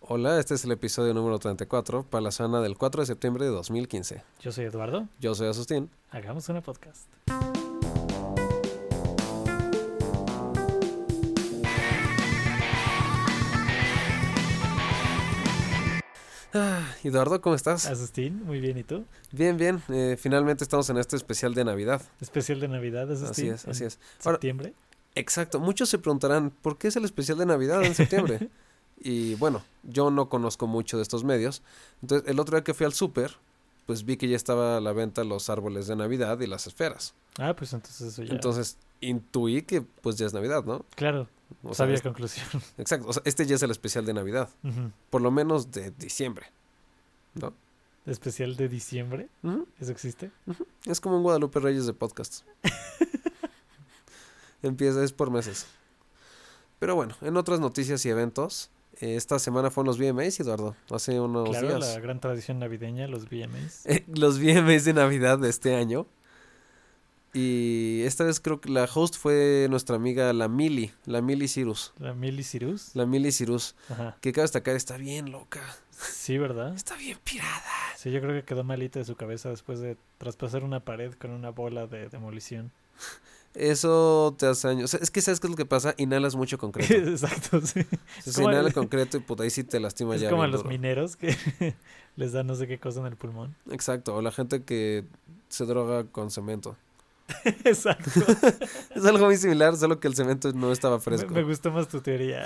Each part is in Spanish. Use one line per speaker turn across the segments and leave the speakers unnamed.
Hola, este es el episodio número 34 para la semana del 4 de septiembre de 2015.
Yo soy Eduardo,
Yo soy Asustín.
hagamos una podcast.
Ah, Eduardo, ¿cómo estás?
Asustín, muy bien, ¿y tú?
Bien, bien. Eh, finalmente estamos en este especial de Navidad.
Especial de Navidad,
Así
Asustín.
es, así
en
es. Ahora,
Septiembre.
exacto. Muchos se preguntarán, ¿por qué es el especial de Navidad en septiembre? y bueno, yo no conozco mucho de estos medios. Entonces, el otro día que fui al súper, pues vi que ya estaba a la venta los árboles de Navidad y las esferas.
Ah, pues entonces eso ya.
Entonces, intuí que pues ya es Navidad, ¿no?
claro,
O sea,
sabia
es-
conclusión.
exacto. O sea, este ya es el especial de Navidad.
Ujú.
por lo menos de diciembre. ¿No?
Especial de diciembre,
Ujú.
¿eso existe?
Es como un Guadalupe Reyes de podcasts. Empieza, es por meses. Pero bueno, en otras noticias y eventos, eh, esta semana fueron los VMAs, Eduardo, hace unos
claro,
días.
la gran tradición navideña, los VMAs.
Eh, los VMAs de Navidad de este año. Y esta vez creo que la host fue nuestra amiga la Mili, la Mili Cirus.
La Miley Cyrus.
La Mili Cirus,
Ajá.
que cabe destacar, está bien loca,
Sí, ¿verdad?
está bien pirada.
Sí, yo creo que quedó malita de su cabeza después de traspasar una pared con una bola de demolición.
Eso te hace años. es que sabes qué es lo que pasa, inhalas mucho concreto.
Exacto, sí.
Se
como
señala
el-
concreto y puta, ahí sí te lastima
Es
Pues ya.
como a
bien
los
duro.
mineros que les da no sé qué cosa en el pulmón.
Exacto, o la gente que se droga con cemento.
Exacto.
Es algo muy similar, solo que el cemento no estaba
Me-
fresco
Me, gustó más tu teoría.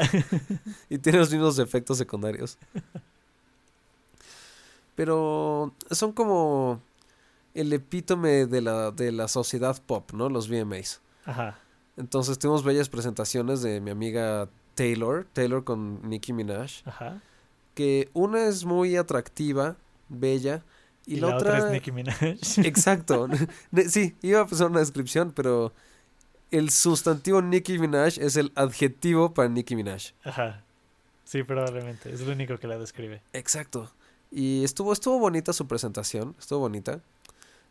y tiene los mismos efectos secundarios. Pero son como el epítome de la, de la sociedad pop, ¿no? Los VMAs.
Ajá.
Entonces tuvimos bellas presentaciones de mi amiga Taylor, Taylor con Nicki Minaj.
Ajá.
que una es muy atractiva, bella, y, Eh,
Y, la, otra... es Nicki Minaj.
Exacto. Ne- sí, iba a pasar una descripción, pero el sustantivo Nicki Minaj es el adjetivo para Nicki Minaj.
Ajá. Sí, probablemente. Es lo único que la describe.
Exacto. Y estuvo, estuvo bonita su presentación, estuvo bonita.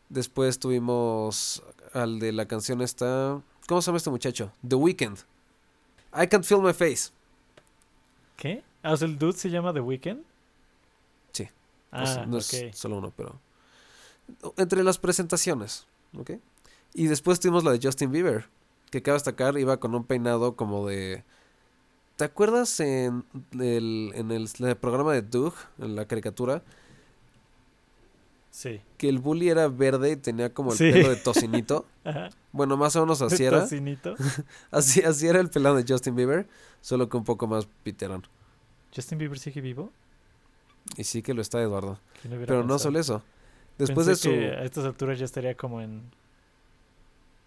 Después tuvimos al de la canción esta... ¿Cómo se llama este muchacho? The Weeknd. I Can't Feel My Face.
¿Qué? Ah, o sea, el dude se llama The Weeknd.
Sí.
Ah,
O sea, no
ok.
es solo uno, pero... Entre las presentaciones, ¿ok? Y después tuvimos la de Justin Bieber, que cabe destacar, iba con un peinado como de... ¿Te acuerdas en el, en el, en el programa de Doug, en la caricatura,
Sí.
que el bully era verde y tenía como el
Sí.
pelo de tocinito?
Ajá.
Bueno, más o menos así
¿De
era.
tocinito?
Así, así era el pelado de Justin Bieber, solo que un poco más piterón.
¿Justin Bieber sigue vivo?
Y sí que lo está Eduardo.
¿Quién lo hubiera
Pero no
pensado?
solo eso. Después
Pensé
de su...
que a estas alturas ya estaría como en...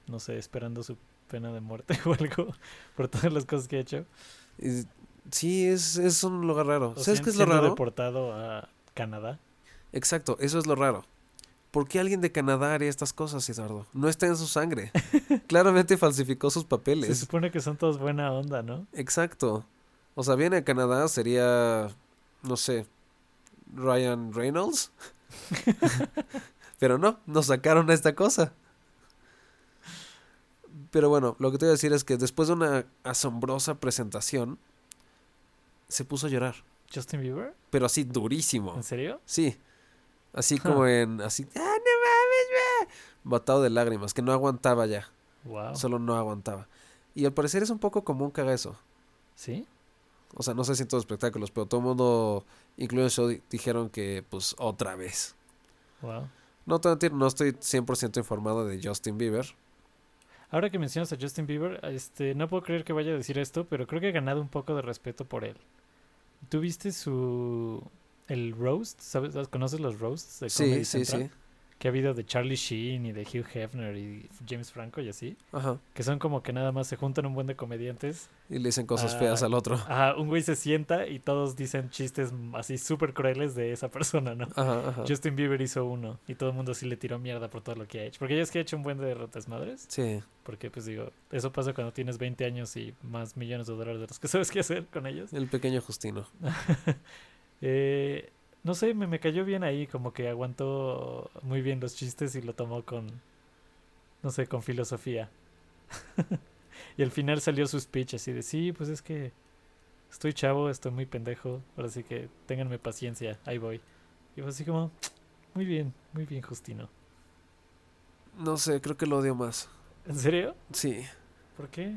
No sé, esperando su pena de muerte o algo. Por todas las cosas que ha hecho.
Y- Sí, es, es un lugar raro.
O
¿Sabes
sien-
qué es lo
siendo
raro?
deportado a Canadá.
Exacto, eso es lo raro. ¿Por qué alguien de Canadá haría estas cosas, Eduardo? No está en su sangre. Claramente falsificó sus
Se
papeles.
supone que son todos buena onda, ¿no?
Exacto. O sea, viene a Canadá sería, no sé, Ryan Reynolds. Pero no, nos sacaron a esta cosa. Pero bueno, lo que te voy a decir es que después de una asombrosa presentación, se puso a llorar.
Justin Bieber.
Pero así durísimo.
¿En serio?
Sí. Así
Ja.
como en. Así. ¡Ah, no mames, güey! Botado de lágrimas, que no aguantaba ya.
Wow.
Solo no aguantaba. Y al parecer es un poco común que haga eso.
¿Sí?
O sea, no sé si en todos los espectáculos, pero todo el mundo, incluido yo, di- dijeron que, pues, otra vez.
Wow.
No te voy a mentir, no estoy 100% informado de Justin Bieber.
Ahora que mencionas a Justin Bieber, este, no puedo creer que vaya a decir esto, pero creo que he ganado un poco de respeto por él. ¿Tuviste su el roast? ¿Sabes? ¿Conoces los roasts de
Sí,
Comedy
sí,
Central?
sí.
Que ha habido de Charlie Sheen y de Hugh Hefner y James Franco y así,
Ajá.
que son como que nada más se juntan un buen de comediantes.
Y le dicen cosas
Ah.
feas al otro.
Ajá, un güey se sienta y todos dicen chistes así súper crueles de esa persona, ¿no?
Ajá, ajá.
Justin Bieber hizo uno y todo el mundo sí le tiró mierda por todo lo que ha hecho. Porque ya es que ha hecho un buen de rotas madres.
Sí.
Porque, pues digo, eso pasa cuando tienes 20 años y más millones de dólares de los que sabes qué hacer con ellos.
El pequeño Justino.
Eh, no sé, me, me cayó bien ahí, como que aguantó muy bien los chistes y lo tomó con, no sé, con filosofía. y al final salió su speech así de, sí, pues es que estoy chavo, estoy muy pendejo, ahora sí que ténganme paciencia, ahí voy. Y fue así como, muy bien, muy bien, Justino.
No sé, creo que lo odio más.
¿En serio?
Sí.
¿Por qué?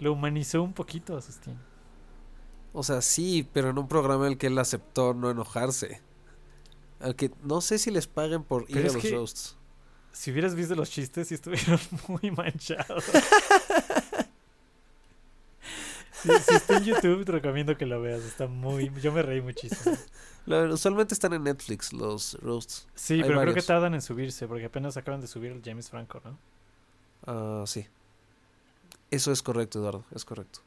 Lo humanizó un poquito a Justin.
O sea, sí, pero en un programa en el que él aceptó no enojarse. Al que no sé si les paguen por ir
Pero
a
es
los
que-
roasts.
Si hubieras visto los chistes, sí estuvieron muy manchados. si, si está en YouTube, te recomiendo que lo veas. Está muy. Yo me reí muchísimo.
La- usualmente están en Netflix los roasts.
Sí,
Hay
pero creo que
varios.
tardan en subirse porque apenas acaban de subir el James Franco, ¿no?
Ah, sí. Eso es correcto, Eduardo, es correcto.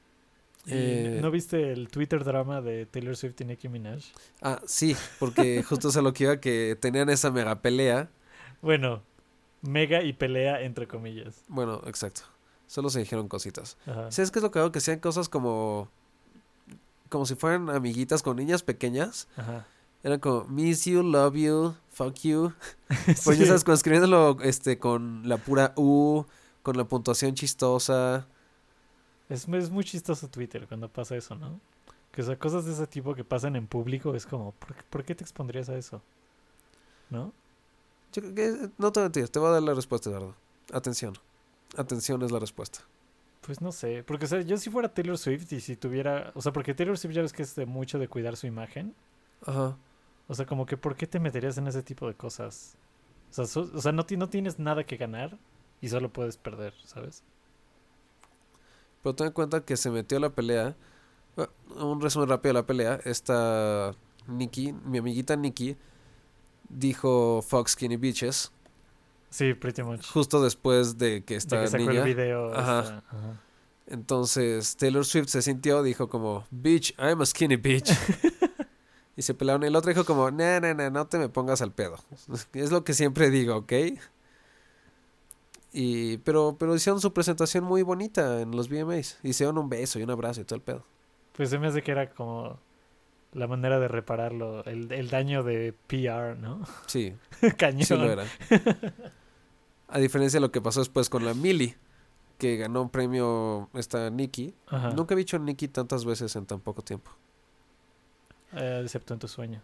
Y
Eh,
¿No viste el Twitter drama de Taylor Swift y Nicki Minaj?
Ah, sí, porque justo se lo que iba que tenían esa mega pelea.
Bueno, mega y pelea entre comillas.
Bueno, exacto. Solo se dijeron cositas.
Ajá.
¿Sabes qué es lo que hago? Que sean cosas como. Como si fueran amiguitas con niñas pequeñas.
Ajá.
Eran como miss you, love you, fuck you. Pues
Sí.
ya sabes, con- escribiéndolo este, con la pura U, con la puntuación chistosa.
Es, es muy chistoso Twitter cuando pasa eso, ¿no? Que o sea, cosas de ese tipo que pasan en público es como, ¿por, qué- por qué te expondrías a eso? ¿No?
Yo creo que- no te mentiras, te voy a dar la respuesta, Eduardo. Atención. Atención es la respuesta.
Pues no sé, porque o sea, yo si fuera Taylor Swift y si tuviera, o sea, porque Taylor Swift ya ves que es de mucho de cuidar su imagen,
Ajá.
o sea, como que ¿por qué te meterías en ese tipo de cosas? O sea, so- o sea no, ti- no tienes nada que ganar y solo puedes perder, ¿sabes?
Pero ten en cuenta que se metió a la pelea. Bueno, Un resumen rápido de la pelea. Esta Nikki, mi amiguita Nikki, dijo Fox Skinny Bitches
Sí, pretty much.
justo después de que
De
esta
que sacó
niña.
el video.
Ajá.
esta- ajá.
Entonces Taylor Swift se sintió, dijo como, bitch, I'm a skinny bitch. y se pelaron. Y el otro dijo como, nah, nah, nah, no te me pongas al pedo. Es lo que siempre digo, ¿ok? Y, pero, pero hicieron su presentación muy bonita en los VMAs. Hicieron un beso y un abrazo y todo el pedo.
Pues se me hace que era como la manera de repararlo, el, el daño de PR, ¿no?
Sí,
Cañón.
sí lo era. A diferencia de lo que pasó después con la Millie, que ganó un premio esta Nikki.
Ajá.
Nunca he dicho Nikki tantas veces en tan poco tiempo.
Eh, excepto en tus sueños.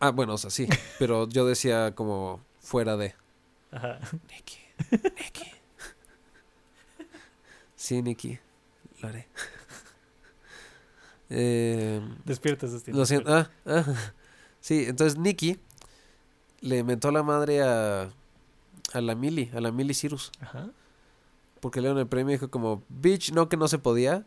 Ah, bueno, o sea, sí, pero yo decía como fuera de.
Ajá.
Nikki, Nikki. Sí, Nikki, lo haré. Eh,
Despiertas, Destino.
lo siento. Ah, ah. Sí, entonces Nikki le mentó la madre a, a la Millie, a la Millie Cyrus,
Ajá.
porque le dieron el premio y dijo como, bitch, no que no se podía.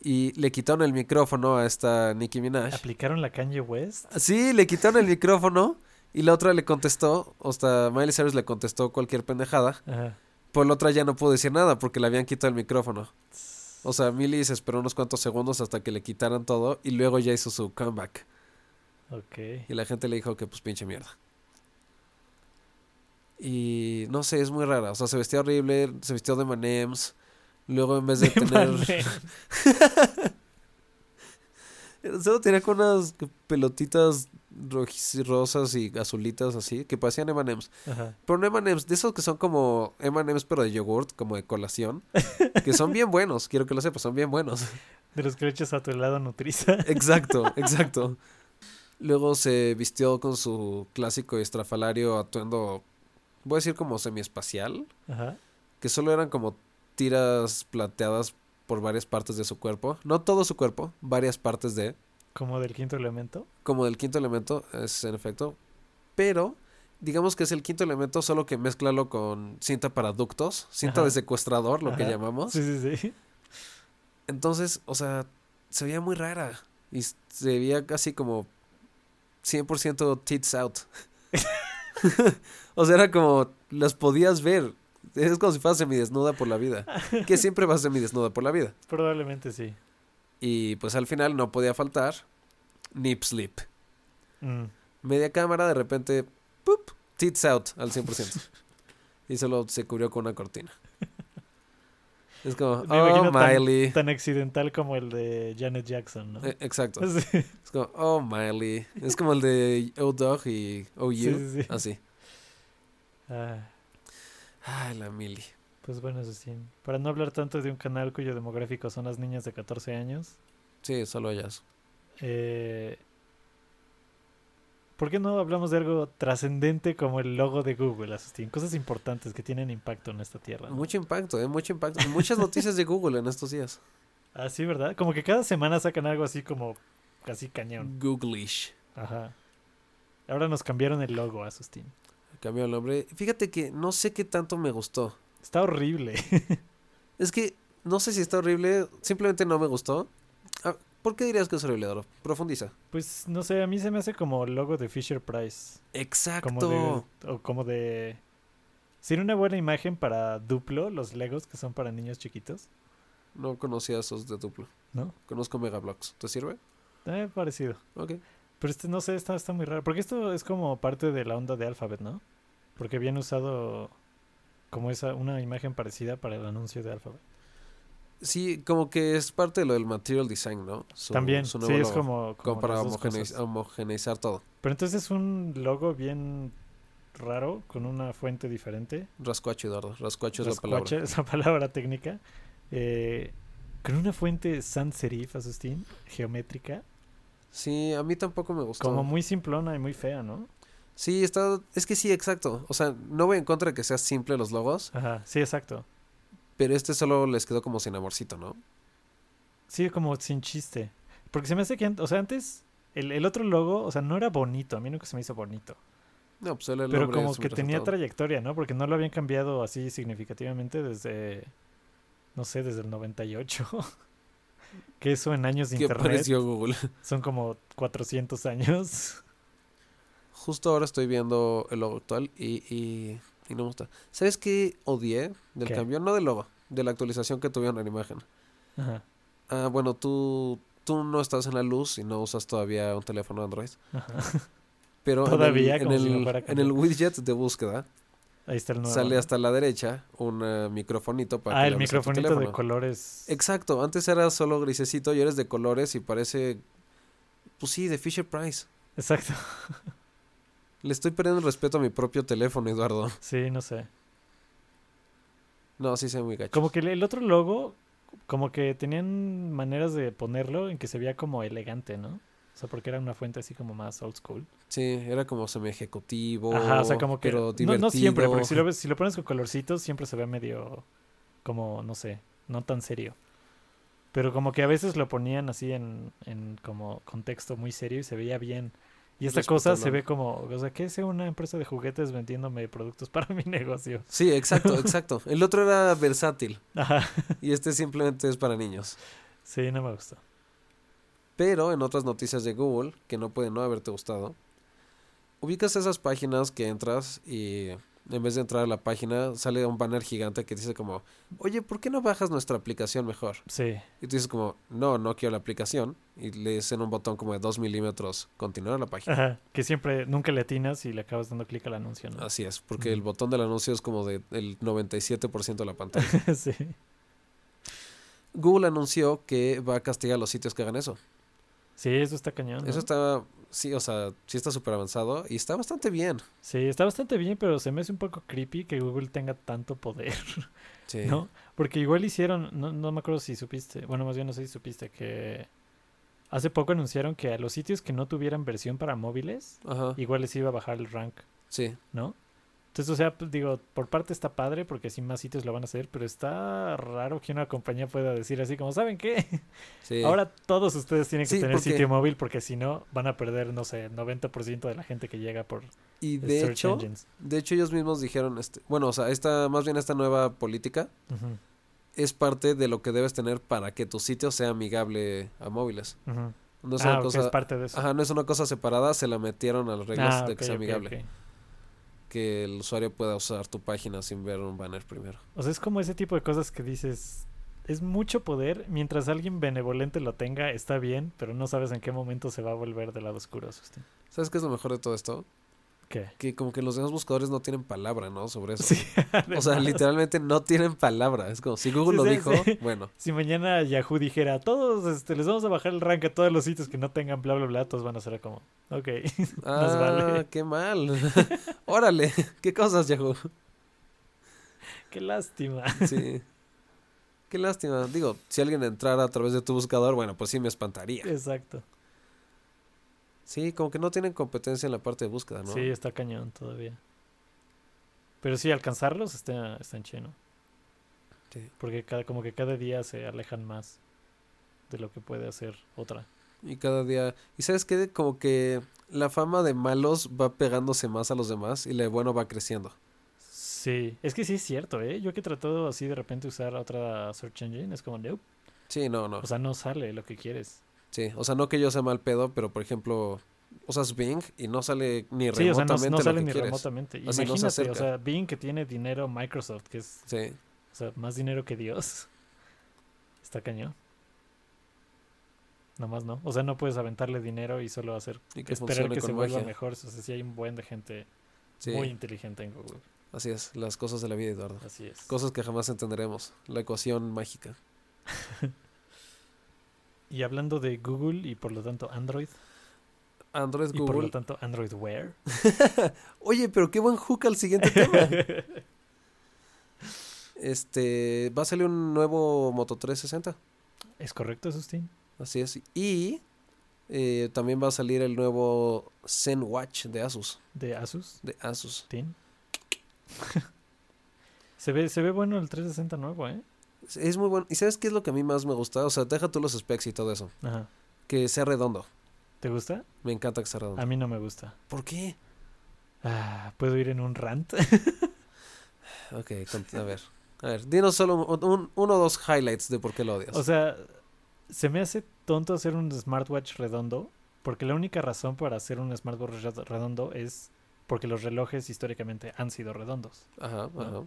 Y le quitaron el micrófono a esta Nicki Minaj.
¿Aplicaron la Kanye West?
Sí, le quitaron el micrófono y la otra le contestó, hasta Miley Cyrus le contestó cualquier pendejada.
Ajá.
Pues la otra ya no pudo decir nada porque le habían quitado el micrófono. O sea, Millie se esperó unos cuantos segundos hasta que le quitaran todo y luego ya hizo su comeback.
Ok.
Y la gente le dijo que pues pinche mierda. Y no sé, es muy rara. O sea, se vestía horrible, se vistió de Manems. Luego en vez de tener...
Mané.
Solo tenía con unas pelotitas rojiz- rosas y azulitas así, que parecían M&M's.
Ajá.
Pero no M&M's, de esos que son como M&M's pero de yogurt, como de colación, que son bien buenos, quiero que lo sepas, son bien buenos.
De los que le echas a tu helado nutriza.
Exacto, exacto. Luego se vistió con su clásico y estrafalario atuendo, voy a decir como semiespacial,
Ajá.
que solo eran como tiras plateadas por varias partes de su cuerpo, no todo su cuerpo, varias partes de,
Como del quinto elemento.
como del quinto elemento, es en efecto, pero digamos que es el quinto elemento, solo que mezclalo con cinta para ductos, cinta
Ajá.
de secuestrador, lo que
Ajá.
llamamos.
Sí, sí, sí.
Entonces, o sea, se veía muy rara y s- se veía casi como 100% tits out. o sea, era como, las podías ver. Es como si fuera semidesnuda por la vida. Que siempre vas semidesnuda por la vida.
Probablemente sí.
Y pues al final no podía faltar nip slip.
Mm.
media cámara, de repente, ¡pup! tits out al 100%. y solo se cubrió con una cortina. Es como,
Me
oh,
imagino tan-
Miley.
Tan accidental como el de Janet Jackson, ¿no?
Eh, exacto.
Sí, sí,
Es como, oh, Miley. Es como el de Oh Dog y Oh You.
sí, sí.
Así.
Ah.
Ay, la Millie.
Pues bueno, eso sí. Para no hablar tanto de un canal cuyo demográfico son las niñas de 14 años,
Sí, solo ellas.
Eh, ¿Por qué no hablamos de algo trascendente como el logo de Google, Asustín? Cosas importantes que tienen impacto en esta tierra. ¿no?
Mucho impacto, ¿eh? Mucho impacto. Y Muchas noticias de Google en estos días.
Ah, sí, ¿verdad? Como que cada semana sacan algo así como casi cañón.
Googlish.
Ajá. Ahora nos cambiaron el logo, Asustín.
Cambió el nombre. Fíjate que no sé qué tanto me gustó.
Está horrible.
Es que no sé si está horrible, simplemente no me gustó. Ah, ¿Por qué dirías que es horrible, Doro? Profundiza.
Pues no sé, a mí se me hace como el logo de Fisher Price. Como
Exacto.
de. O como de. Sería una buena imagen para Duplo, los Legos que son para niños chiquitos,
No conocía esos de Duplo.
¿no?
Conozco Megablocks. ¿Te sirve?
Eh, parecido.
Ok.
Pero este, no sé, está, está muy raro. Porque esto es como parte de la onda de Alphabet, ¿no? Porque habían usado como esa, una imagen parecida para el anuncio de Alphabet.
Sí, como que es parte de lo del material design, ¿no? Su-
También,
su
sí,
nuevo
es
logo.
como,
Como
como
para
las dos
homogeneiz-
cosas.
homogeneizar todo.
Pero entonces es un logo bien raro, con una fuente diferente.
Rascuacho, Eduardo. Rascuacho es la
Rascuache,
palabra.
esa palabra técnica. eh, con una fuente sans serif, Asustín, geométrica.
Sí, a mí tampoco me gustó.
Como muy simplona y muy fea, ¿no?
Sí, está... Es que sí, exacto. O sea, no voy en contra de que sea simple los logos,
Ajá, sí, exacto.
pero este solo les quedó como sin amorcito, ¿no?
Sí, como sin chiste. Porque se me hace que, an- o sea, antes el, el otro logo, o sea, no era bonito, a mí nunca se me hizo bonito.
No, pues el
pero
nombre
como
es un
que tenía
resultado.
trayectoria, ¿no? Porque no lo habían cambiado así significativamente desde, no sé, desde el 98. que eso en años de
¿Qué
internet
apareció Google?
son como 400 años.
Justo ahora estoy viendo el logo actual y, y, y no me gusta. ¿Sabes qué odié del
¿Qué?
cambio? No del logo, de la actualización que tuvieron en la imagen.
Ajá,
Ah, bueno, tú, tú no estás en la luz y no usas todavía un teléfono Android.
ajá.
Pero en el-
Todavía,
en
como
el,
si no fuera
en
cambiar.
el widget de búsqueda
Ahí está el nuevo.
sale
¿no?
hasta la derecha un eh, microfonito para
ah,
que
el
le hables a tu
microfonito de
teléfono.
colores.
Exacto, antes era solo grisecito y eres de colores y parece. Pues sí, de Fisher Price.
Exacto.
Le estoy perdiendo el respeto a mi propio teléfono, Eduardo.
Sí, no sé.
No, sí se ve muy gacho.
Como que el- el otro logo, como que tenían maneras de ponerlo en que se veía como elegante, ¿no? O sea, porque era una fuente así como más old school.
Sí, era como semi-ejecutivo.
Ajá, o sea, como que.
Pero
no,
divertido.
no siempre, porque si lo, ves- si lo pones con colorcitos, siempre se ve medio. Como, no sé, no tan serio. Pero como que a veces lo ponían así en, en como contexto muy serio y se veía bien. Y esta cosa se
Respetable.
ve como, o sea, ¿qué es una empresa de juguetes vendiéndome productos para mi negocio?
Sí, exacto, exacto. El otro era versátil
Ajá,
y este simplemente es para niños.
sí, no me gustó.
Pero en otras noticias de Google, que no puede no haberte gustado, ubicas esas páginas que entras y en vez de entrar a la página sale un banner gigante que dice como, oye, ¿por qué no bajas nuestra aplicación mejor?
Sí,
Y tú dices como, no, no quiero la aplicación. Y le dicen un botón como de 2 milímetros, continuar a la página.
ajá, que siempre, nunca le atinas y le acabas dando clic al anuncio, ¿no?
Así es, porque
Ujú.
el botón del anuncio es como de el 97% de la pantalla.
sí.
Google anunció que va a castigar a los sitios que hagan eso.
Sí, eso está cañón. ¿no?
Eso está, sí, o sea, sí está súper avanzado y está bastante bien.
Sí, está bastante bien, pero se me hace un poco creepy que Google tenga tanto poder,
Sí.
¿no? Porque igual hicieron, no, no me acuerdo si supiste, bueno, más bien no sé si supiste que hace poco anunciaron que a los sitios que no tuvieran versión para móviles,
Ajá.
igual les iba a bajar el rank,
Sí.
¿no? Entonces, o sea, pues, digo, por parte está padre porque así más sitios lo van a hacer, pero está raro que una compañía pueda decir así como, ¿saben qué?
Sí.
Ahora todos ustedes tienen que
Sí,
tener
porque-
sitio móvil porque si no van a perder, no sé, 90% de la gente que llega por
y de
search
hecho,
engines.
de hecho ellos mismos dijeron, este, bueno, o sea, esta, más bien esta nueva política
Ujú,
es parte de lo que debes tener para que tu sitio sea amigable a móviles.
ujú.
No es
ah,
una
ok,
cosa,
es parte de eso.
ajá, no es una cosa separada, se la metieron a las reglas
Ah,
de que
ok,
sea
ok,
amigable,
ok.
que el usuario pueda usar tu página sin ver un banner primero.
O sea, es como ese tipo de cosas que dices, es mucho poder, mientras alguien benevolente lo tenga, está bien, pero no sabes en qué momento se va a volver del lado oscuro, Asustín.
¿Sabes qué es lo mejor de todo esto?
¿Qué?
Que como que los demás buscadores no tienen palabra, ¿no? Sobre eso.
Sí,
O sea,
además,
literalmente no tienen palabra. Es como si Google
Sí,
lo
sí,
dijo,
sí.
bueno,
Si mañana Yahoo dijera, todos este, les vamos a bajar el rank a todos los sitios que no tengan bla, bla, bla, todos van a ser como, ok. Más
ah,
vale.
qué mal. Órale, qué cosas, Yahoo.
Qué lástima.
Sí. Qué lástima. Digo, si alguien entrara a través de tu buscador, bueno, pues sí me espantaría.
Exacto.
Sí, como que no tienen competencia en la parte de búsqueda, ¿no?
Sí, está cañón todavía. Pero sí, alcanzarlos está, está en chino.
Sí.
Porque cada, como que cada día se alejan más de lo que puede hacer otra.
Y cada día. ¿Y sabes qué? Como que la fama de malos va pegándose más a los demás y la de bueno va creciendo.
Sí, es que sí es cierto, ¿eh? Yo que he tratado así de repente usar otra search engine, es como, nope.
Sí, no, no.
O sea, no sale lo que quieres.
Sí, o sea, no que yo sea mal pedo, pero por ejemplo, usas Bing y no sale ni
Sí, o sea, no,
remotamente
no
lo
sale
que
ni
quieres.
remotamente.
O sea, no se
Imagínate, o
acerca.
sea, Bing que tiene dinero Microsoft, que es
Sí.
o sea, más dinero que Dios. Está cañón. Nomás no. O sea, no puedes aventarle dinero y solo hacer
Y que
esperar
funcione
que
con
se vuelva
magia.
mejor. O sea, sí hay un buen de gente
Sí,
muy inteligente en Google.
así es. Las cosas de la vida, Eduardo.
Así es.
Cosas que jamás entenderemos. La ecuación mágica.
Y hablando de Google y por lo tanto Android
Android,
y por
Google.
lo tanto Android Wear.
Oye, pero qué buen hook al siguiente tema. Este, va a salir un nuevo Moto 360.
¿Es correcto, Sustin?
Así es. Y eh, también va a salir el nuevo Zen Watch de Asus.
¿De Asus?
De Asus.
Tin. se, ve, se ve bueno el 360 nuevo, ¿eh?
Es- Es muy bueno. ¿Y sabes qué es lo que a mí más me gusta? O sea, deja tú los specs y todo eso.
Ajá.
Que sea redondo.
¿Te gusta?
Me encanta que sea redondo.
A mí no me gusta.
¿Por qué?
Ah, ¿Puedo ir en un rant?
Ok, cont- a ver. A ver, dinos solo un- un- uno o dos highlights de por qué lo odias.
o sea, se me hace tonto hacer un smartwatch redondo porque la única razón para hacer un smartwatch red- redondo es porque los relojes históricamente han sido redondos.
ajá,
ah.
ajá.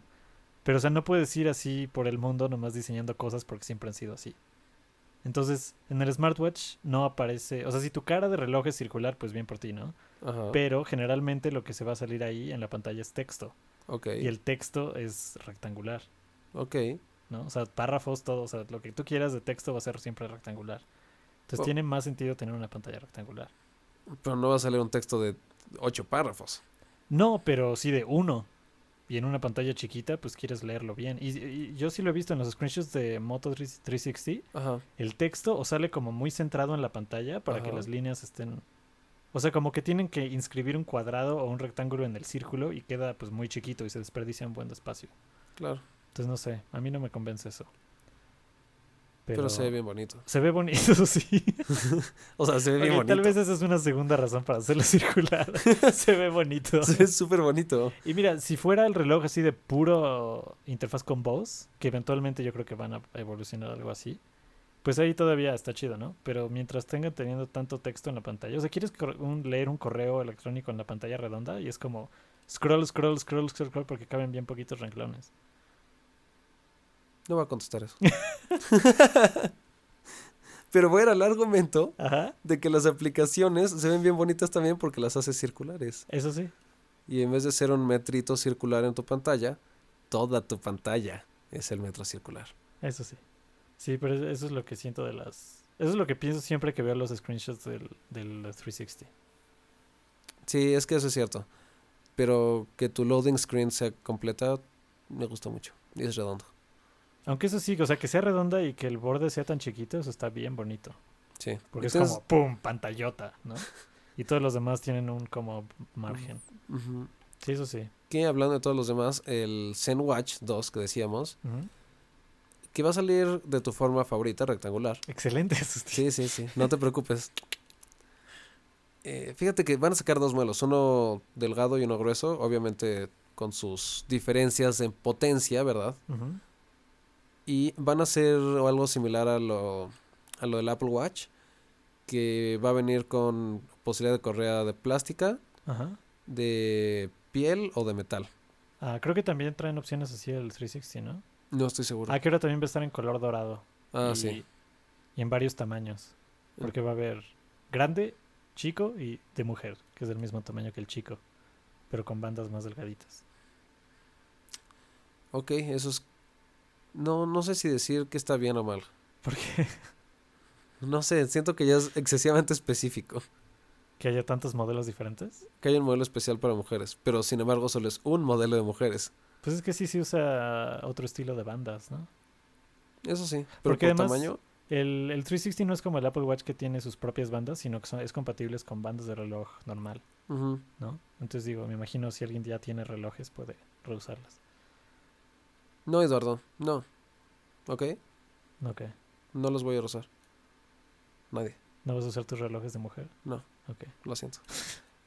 Pero, o sea, no puedes ir así por el mundo nomás diseñando cosas porque siempre han sido así. Entonces, en el smartwatch no aparece. O sea, si tu cara de reloj es circular, pues bien por ti, ¿no?
Ajá.
Pero generalmente lo que se va a salir ahí en la pantalla es texto.
Ok,
Y el texto es rectangular,
ok.
¿no? O sea, párrafos, todo. O sea, lo que tú quieras de texto va a ser siempre rectangular. Entonces,
Oh.
tiene más sentido tener una pantalla rectangular.
Pero no va a salir un texto de ocho párrafos.
No, pero sí de uno. Y en una pantalla chiquita, pues quieres leerlo bien. Y, y yo sí lo he visto en los screenshots de Moto 360.
Ajá.
el texto o sale como muy centrado en la pantalla para que
Ajá.
las líneas estén... O sea, como que tienen que inscribir un cuadrado o un rectángulo en el círculo y queda pues muy chiquito y se desperdicia un buen espacio.
Claro.
Entonces no sé, a mí no me convence eso. Pero,
Pero, se ve bien bonito.
se ve bonito, sí.
O sea, se ve bien
Ok,
bonito.
tal vez esa es una segunda razón para hacerlo circular. se ve bonito.
Se ve súper bonito.
Y mira, si fuera el reloj así de puro interfaz con voz, que eventualmente yo creo que van a evolucionar algo así, pues ahí todavía está chido, ¿no? Pero mientras tengan teniendo tanto texto en la pantalla, o sea, quieres cor- un- leer un correo electrónico en la pantalla redonda y es como scroll, scroll, scroll, scroll, scroll, porque caben bien poquitos renglones.
No va a contestar eso. Pero voy a ir al argumento
Ajá.
de que las aplicaciones se ven bien bonitas también porque las hace circulares.
Eso sí.
Y en vez de ser un metrito circular en tu pantalla, toda tu pantalla es el metro circular.
Eso sí. Sí, pero es- eso es lo que siento de las... Eso es lo que pienso siempre que veo los screenshots del, del 360.
Sí, es que eso es cierto. Pero que tu loading screen sea completa, me gusta mucho. Y es redondo.
Aunque eso sí, o sea, que sea redonda y que el borde sea tan chiquito, eso está bien bonito.
Sí.
Porque
Entonces-
es como, ¡pum!, pantallota, ¿no? Y todos los demás tienen un como margen.
Ujú.
Sí, eso sí.
Que hablando de todos los demás, el Zen Watch 2 que decíamos,
Ujú.
que va a salir de tu forma favorita, rectangular.
Excelente,
Sí,
Agustín.
sí, sí. No te preocupes. Eh, fíjate que van a sacar dos modelos, uno delgado y uno grueso, obviamente con sus diferencias en potencia, ¿verdad?
Ujú.
Y van a hacer algo similar a lo, a lo del Apple Watch, que va a venir con posibilidad de correa de plástica,
Ajá.
de piel o de metal.
Ah, creo que también traen opciones así del 360, ¿no?
No estoy seguro.
Ah, que ahora también va a estar en color dorado.
Ah,
y,
sí.
Y en varios tamaños. Porque va a haber grande, chico y de mujer, que es del mismo tamaño que el chico, pero con bandas más delgaditas.
Ok, eso es... No, no sé si decir que está bien o mal.
Porque
No sé, siento que ya es excesivamente específico.
que haya tantos modelos diferentes.
que hay un modelo especial para mujeres, pero sin embargo solo es un modelo de mujeres.
Pues es que sí se usa otro estilo de bandas, ¿no?
Eso sí, pero
Porque
por
además-
tamaño.
El, el 360 no es como el Apple Watch que tiene sus propias bandas, sino que son- es compatible con bandas de reloj normal,
ujú.
¿no? Entonces digo, me imagino si alguien ya tiene relojes puede reusarlas.
No, Eduardo, no. ¿Ok?
Ok.
No los voy a rozar. Nadie,
¿No vas a usar tus relojes de mujer?
lo siento.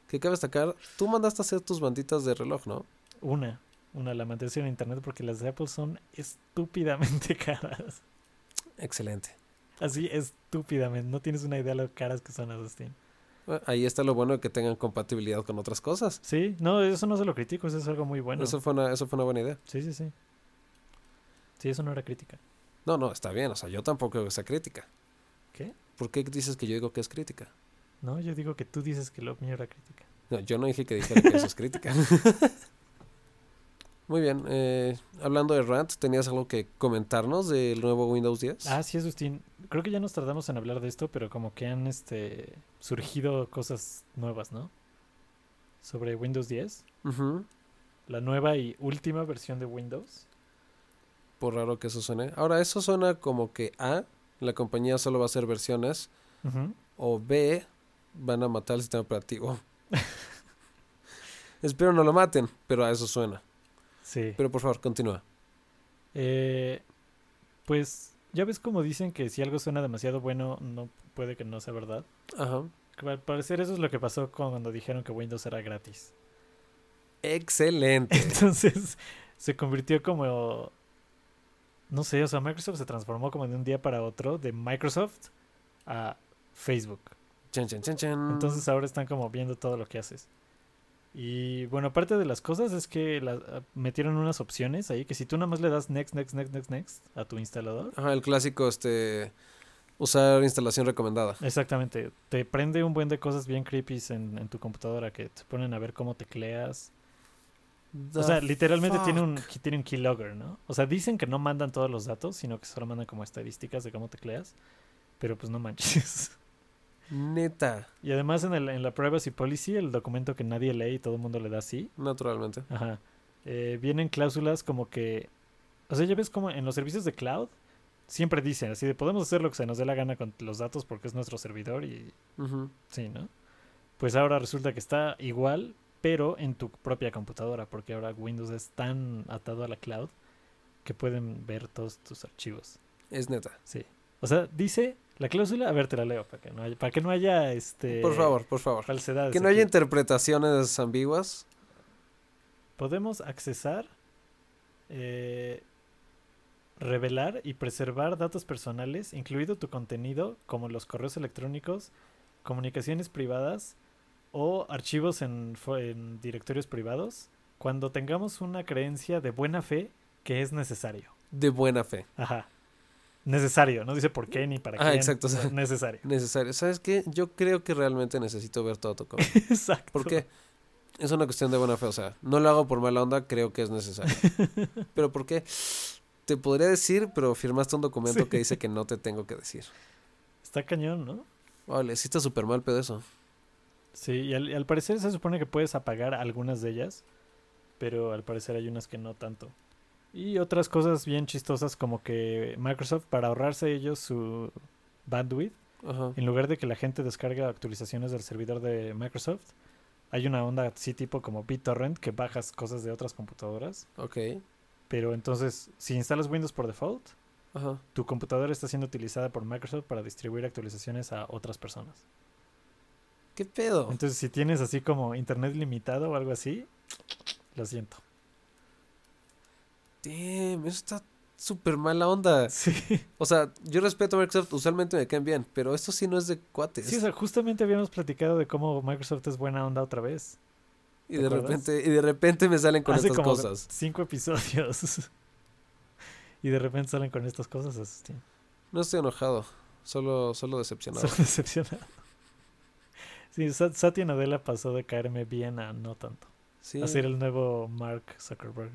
que cabe destacar, tú mandaste a hacer tus banditas de reloj, ¿no?
Una. Una la mantienes en internet porque las de Apple son estúpidamente caras.
Excelente.
Así, estúpidamente. No tienes una idea de lo caras que son las Steam.
Bueno, ahí está lo bueno de que tengan compatibilidad con otras cosas.
Sí, no, eso no se lo critico, eso es algo muy bueno.
Eso, fue una, eso fue una buena idea.
Sí, sí, sí. Sí, eso no era crítica.
No, no, está bien. O sea, yo tampoco digo que sea crítica.
¿Qué?
¿Por qué dices que yo digo que es crítica?
No, yo digo que tú dices que lo mío era crítica.
No, yo no dije que dijera que eso es crítica. Muy bien. eh, hablando de Rant, ¿tenías algo que comentarnos del nuevo Windows 10?
Ah, sí, Justin. Creo que ya nos tardamos en hablar de esto, pero como que han este, surgido cosas nuevas, ¿no? Sobre Windows 10,
Ujú,
la nueva y última versión de Windows.
Por raro que eso suene. Ahora, eso suena como que A, la compañía solo va a hacer versiones,
Ujú.
o B, van a matar el sistema operativo. Espero no lo maten, pero a eso suena.
Sí.
Pero por favor, continúa.
Eh, pues ya ves como dicen que si algo suena demasiado bueno, no puede que no sea verdad.
Ajá.
Que Al parecer eso es lo que pasó con- cuando dijeron que Windows era gratis.
Excelente.
Entonces se convirtió como... No sé, o sea, Microsoft se transformó como de un día para otro de Microsoft a Facebook.
Chan, chan, chan, chan.
Entonces ahora están como viendo todo lo que haces. Y bueno, aparte de las cosas es que la- metieron unas opciones ahí que si tú nada más le das next, next, next, next, next a tu instalador,
Ajá, el clásico, este, usar instalación recomendada.
Exactamente, te prende un buen de cosas bien creepy en, en tu computadora que te ponen a ver cómo tecleas. O sea, literalmente tiene un, tiene un keylogger, ¿no? O sea, dicen que no mandan todos los datos, sino que solo mandan como estadísticas de cómo tecleas, pero pues no manches.
Neta,
Y además en, el, en la Privacy Policy, el documento que nadie lee y todo el mundo le da sí,
naturalmente.
ajá, eh, vienen cláusulas como que, o sea, ya ves como en los servicios de cloud siempre dicen así de podemos hacer lo que se nos dé la gana con los datos porque es nuestro servidor y
Ujú.
Sí, ¿no? Pues ahora resulta que está igual, pero en tu propia computadora, porque ahora Windows es tan atado a la cloud que pueden ver todos tus archivos.
Es neta.
Sí. O sea, dice la cláusula, a ver, te la leo para que no haya, para que no haya este
Por favor, por favor.
falsedades.
Que no
aquí.
haya interpretaciones ambiguas.
Podemos accesar, eh, revelar y preservar datos personales, incluido tu contenido, como los correos electrónicos, comunicaciones privadas o archivos en, fo- en directorios privados, cuando tengamos una creencia de buena fe que es necesario.
De buena fe.
Ajá. Necesario, no dice por qué ni para
Ah,
qué.
exacto, o sea,
Necesario.
Necesario. ¿Sabes qué? Yo creo que realmente necesito ver todo tu cómic.
Exacto.
¿Por qué? Es una cuestión de buena fe. O sea, no lo hago por mala onda, creo que es necesario. pero ¿por qué? Te podría decir, pero firmaste un documento
Sí.
que dice que no te tengo que decir.
Está cañón, ¿no?
Vale, sí está súper mal pedo eso.
Sí, y al, y al parecer se supone que puedes apagar algunas de ellas, pero al parecer hay unas que no tanto. Y otras cosas bien chistosas como que Microsoft, para ahorrarse ellos su bandwidth,
Ajá.
en lugar de que la gente descarga actualizaciones del servidor de Microsoft, hay una onda así tipo como BitTorrent que bajas cosas de otras computadoras,
Ok.
pero entonces si instalas Windows por default,
Ajá.
tu computadora está siendo utilizada por Microsoft para distribuir actualizaciones a otras personas.
¿Qué pedo?
Entonces, si tienes así como internet limitado o algo así, lo siento.
Damn, eso está súper mala onda.
Sí,
O sea, yo respeto a Microsoft, usualmente me caen bien, pero esto sí no es de cuates.
sí o sea, justamente habíamos platicado de cómo Microsoft es buena onda otra vez.
y
¿te
de
acuerdas?
repente, y de repente me salen con
Hace
estas
como
cosas.
cinco episodios. y de repente salen con estas cosas, Asustín.
No estoy enojado, solo, solo decepcionado.
Son decepcionado. Sí, Sa- Satya Nadella pasó de caerme bien a no tanto.
Sí,
A ser el nuevo Mark Zuckerberg.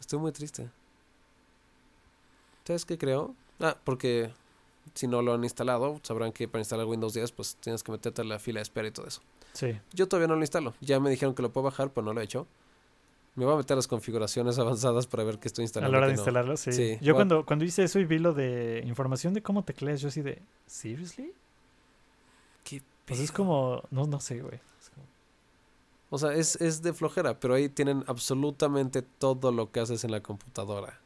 estoy muy triste. ¿Sabes qué creo? Ah, porque si no lo han instalado, sabrán que para instalar Windows 10, pues tienes que meterte a la fila de espera y todo eso.
Sí.
Yo todavía no lo instalo. Ya me dijeron que lo puedo bajar, pero no lo he hecho. Me voy a meter a las configuraciones avanzadas para ver qué estoy
A
instalando.
la hora de
que no.
instalarlo, sí.
Sí,
Yo
va-
cuando, cuando hice eso y vi lo de información de cómo tecleas, yo así de, ¿seriously?
¿Qué
Pues es
pedo?
como, no, no sé, güey. Es como-
O sea, es, es de flojera, pero ahí tienen absolutamente todo lo que haces en la computadora.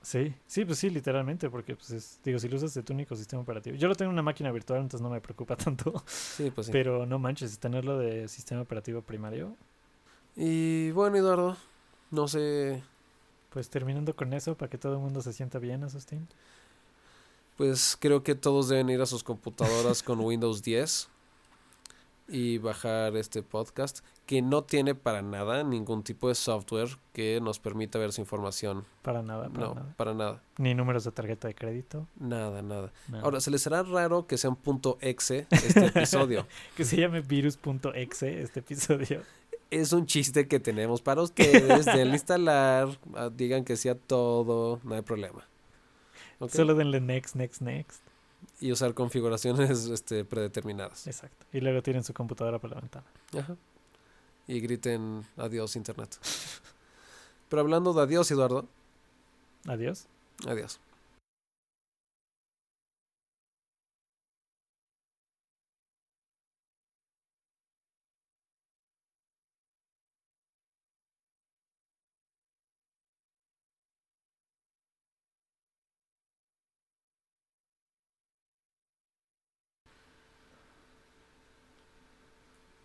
Sí, sí, pues sí, literalmente, porque pues es- digo, si lo usas de tu único sistema operativo. Yo lo tengo en una máquina virtual, entonces no me preocupa tanto.
Sí, pues sí.
Pero no manches, tenerlo de sistema operativo primario.
Y bueno, Eduardo, no sé,
Pues terminando con eso, para que todo el mundo se sienta bien, Asustín.
pues creo que todos deben ir a sus computadoras con Windows 10 y bajar este podcast que no tiene para nada ningún tipo de software que nos permita ver su información.
Para nada, para
no,
nada.
para nada.
Ni números de tarjeta de crédito.
Nada, nada.
nada.
Ahora, se les será raro que sea un punto exe este episodio.
que se llame virus.exe este episodio.
es un chiste que tenemos para ustedes del instalar. ah, Digan que sea todo, no hay problema. ¿Ok?
Solo denle next, next, next.
Y usar configuraciones este, predeterminadas.
Exacto. Y luego tienen su computadora por la ventana.
Ajá. Y griten adiós, internet. Pero hablando de adiós, Eduardo,
Adiós.
adiós.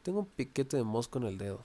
Tengo un piquete de mosco en el dedo.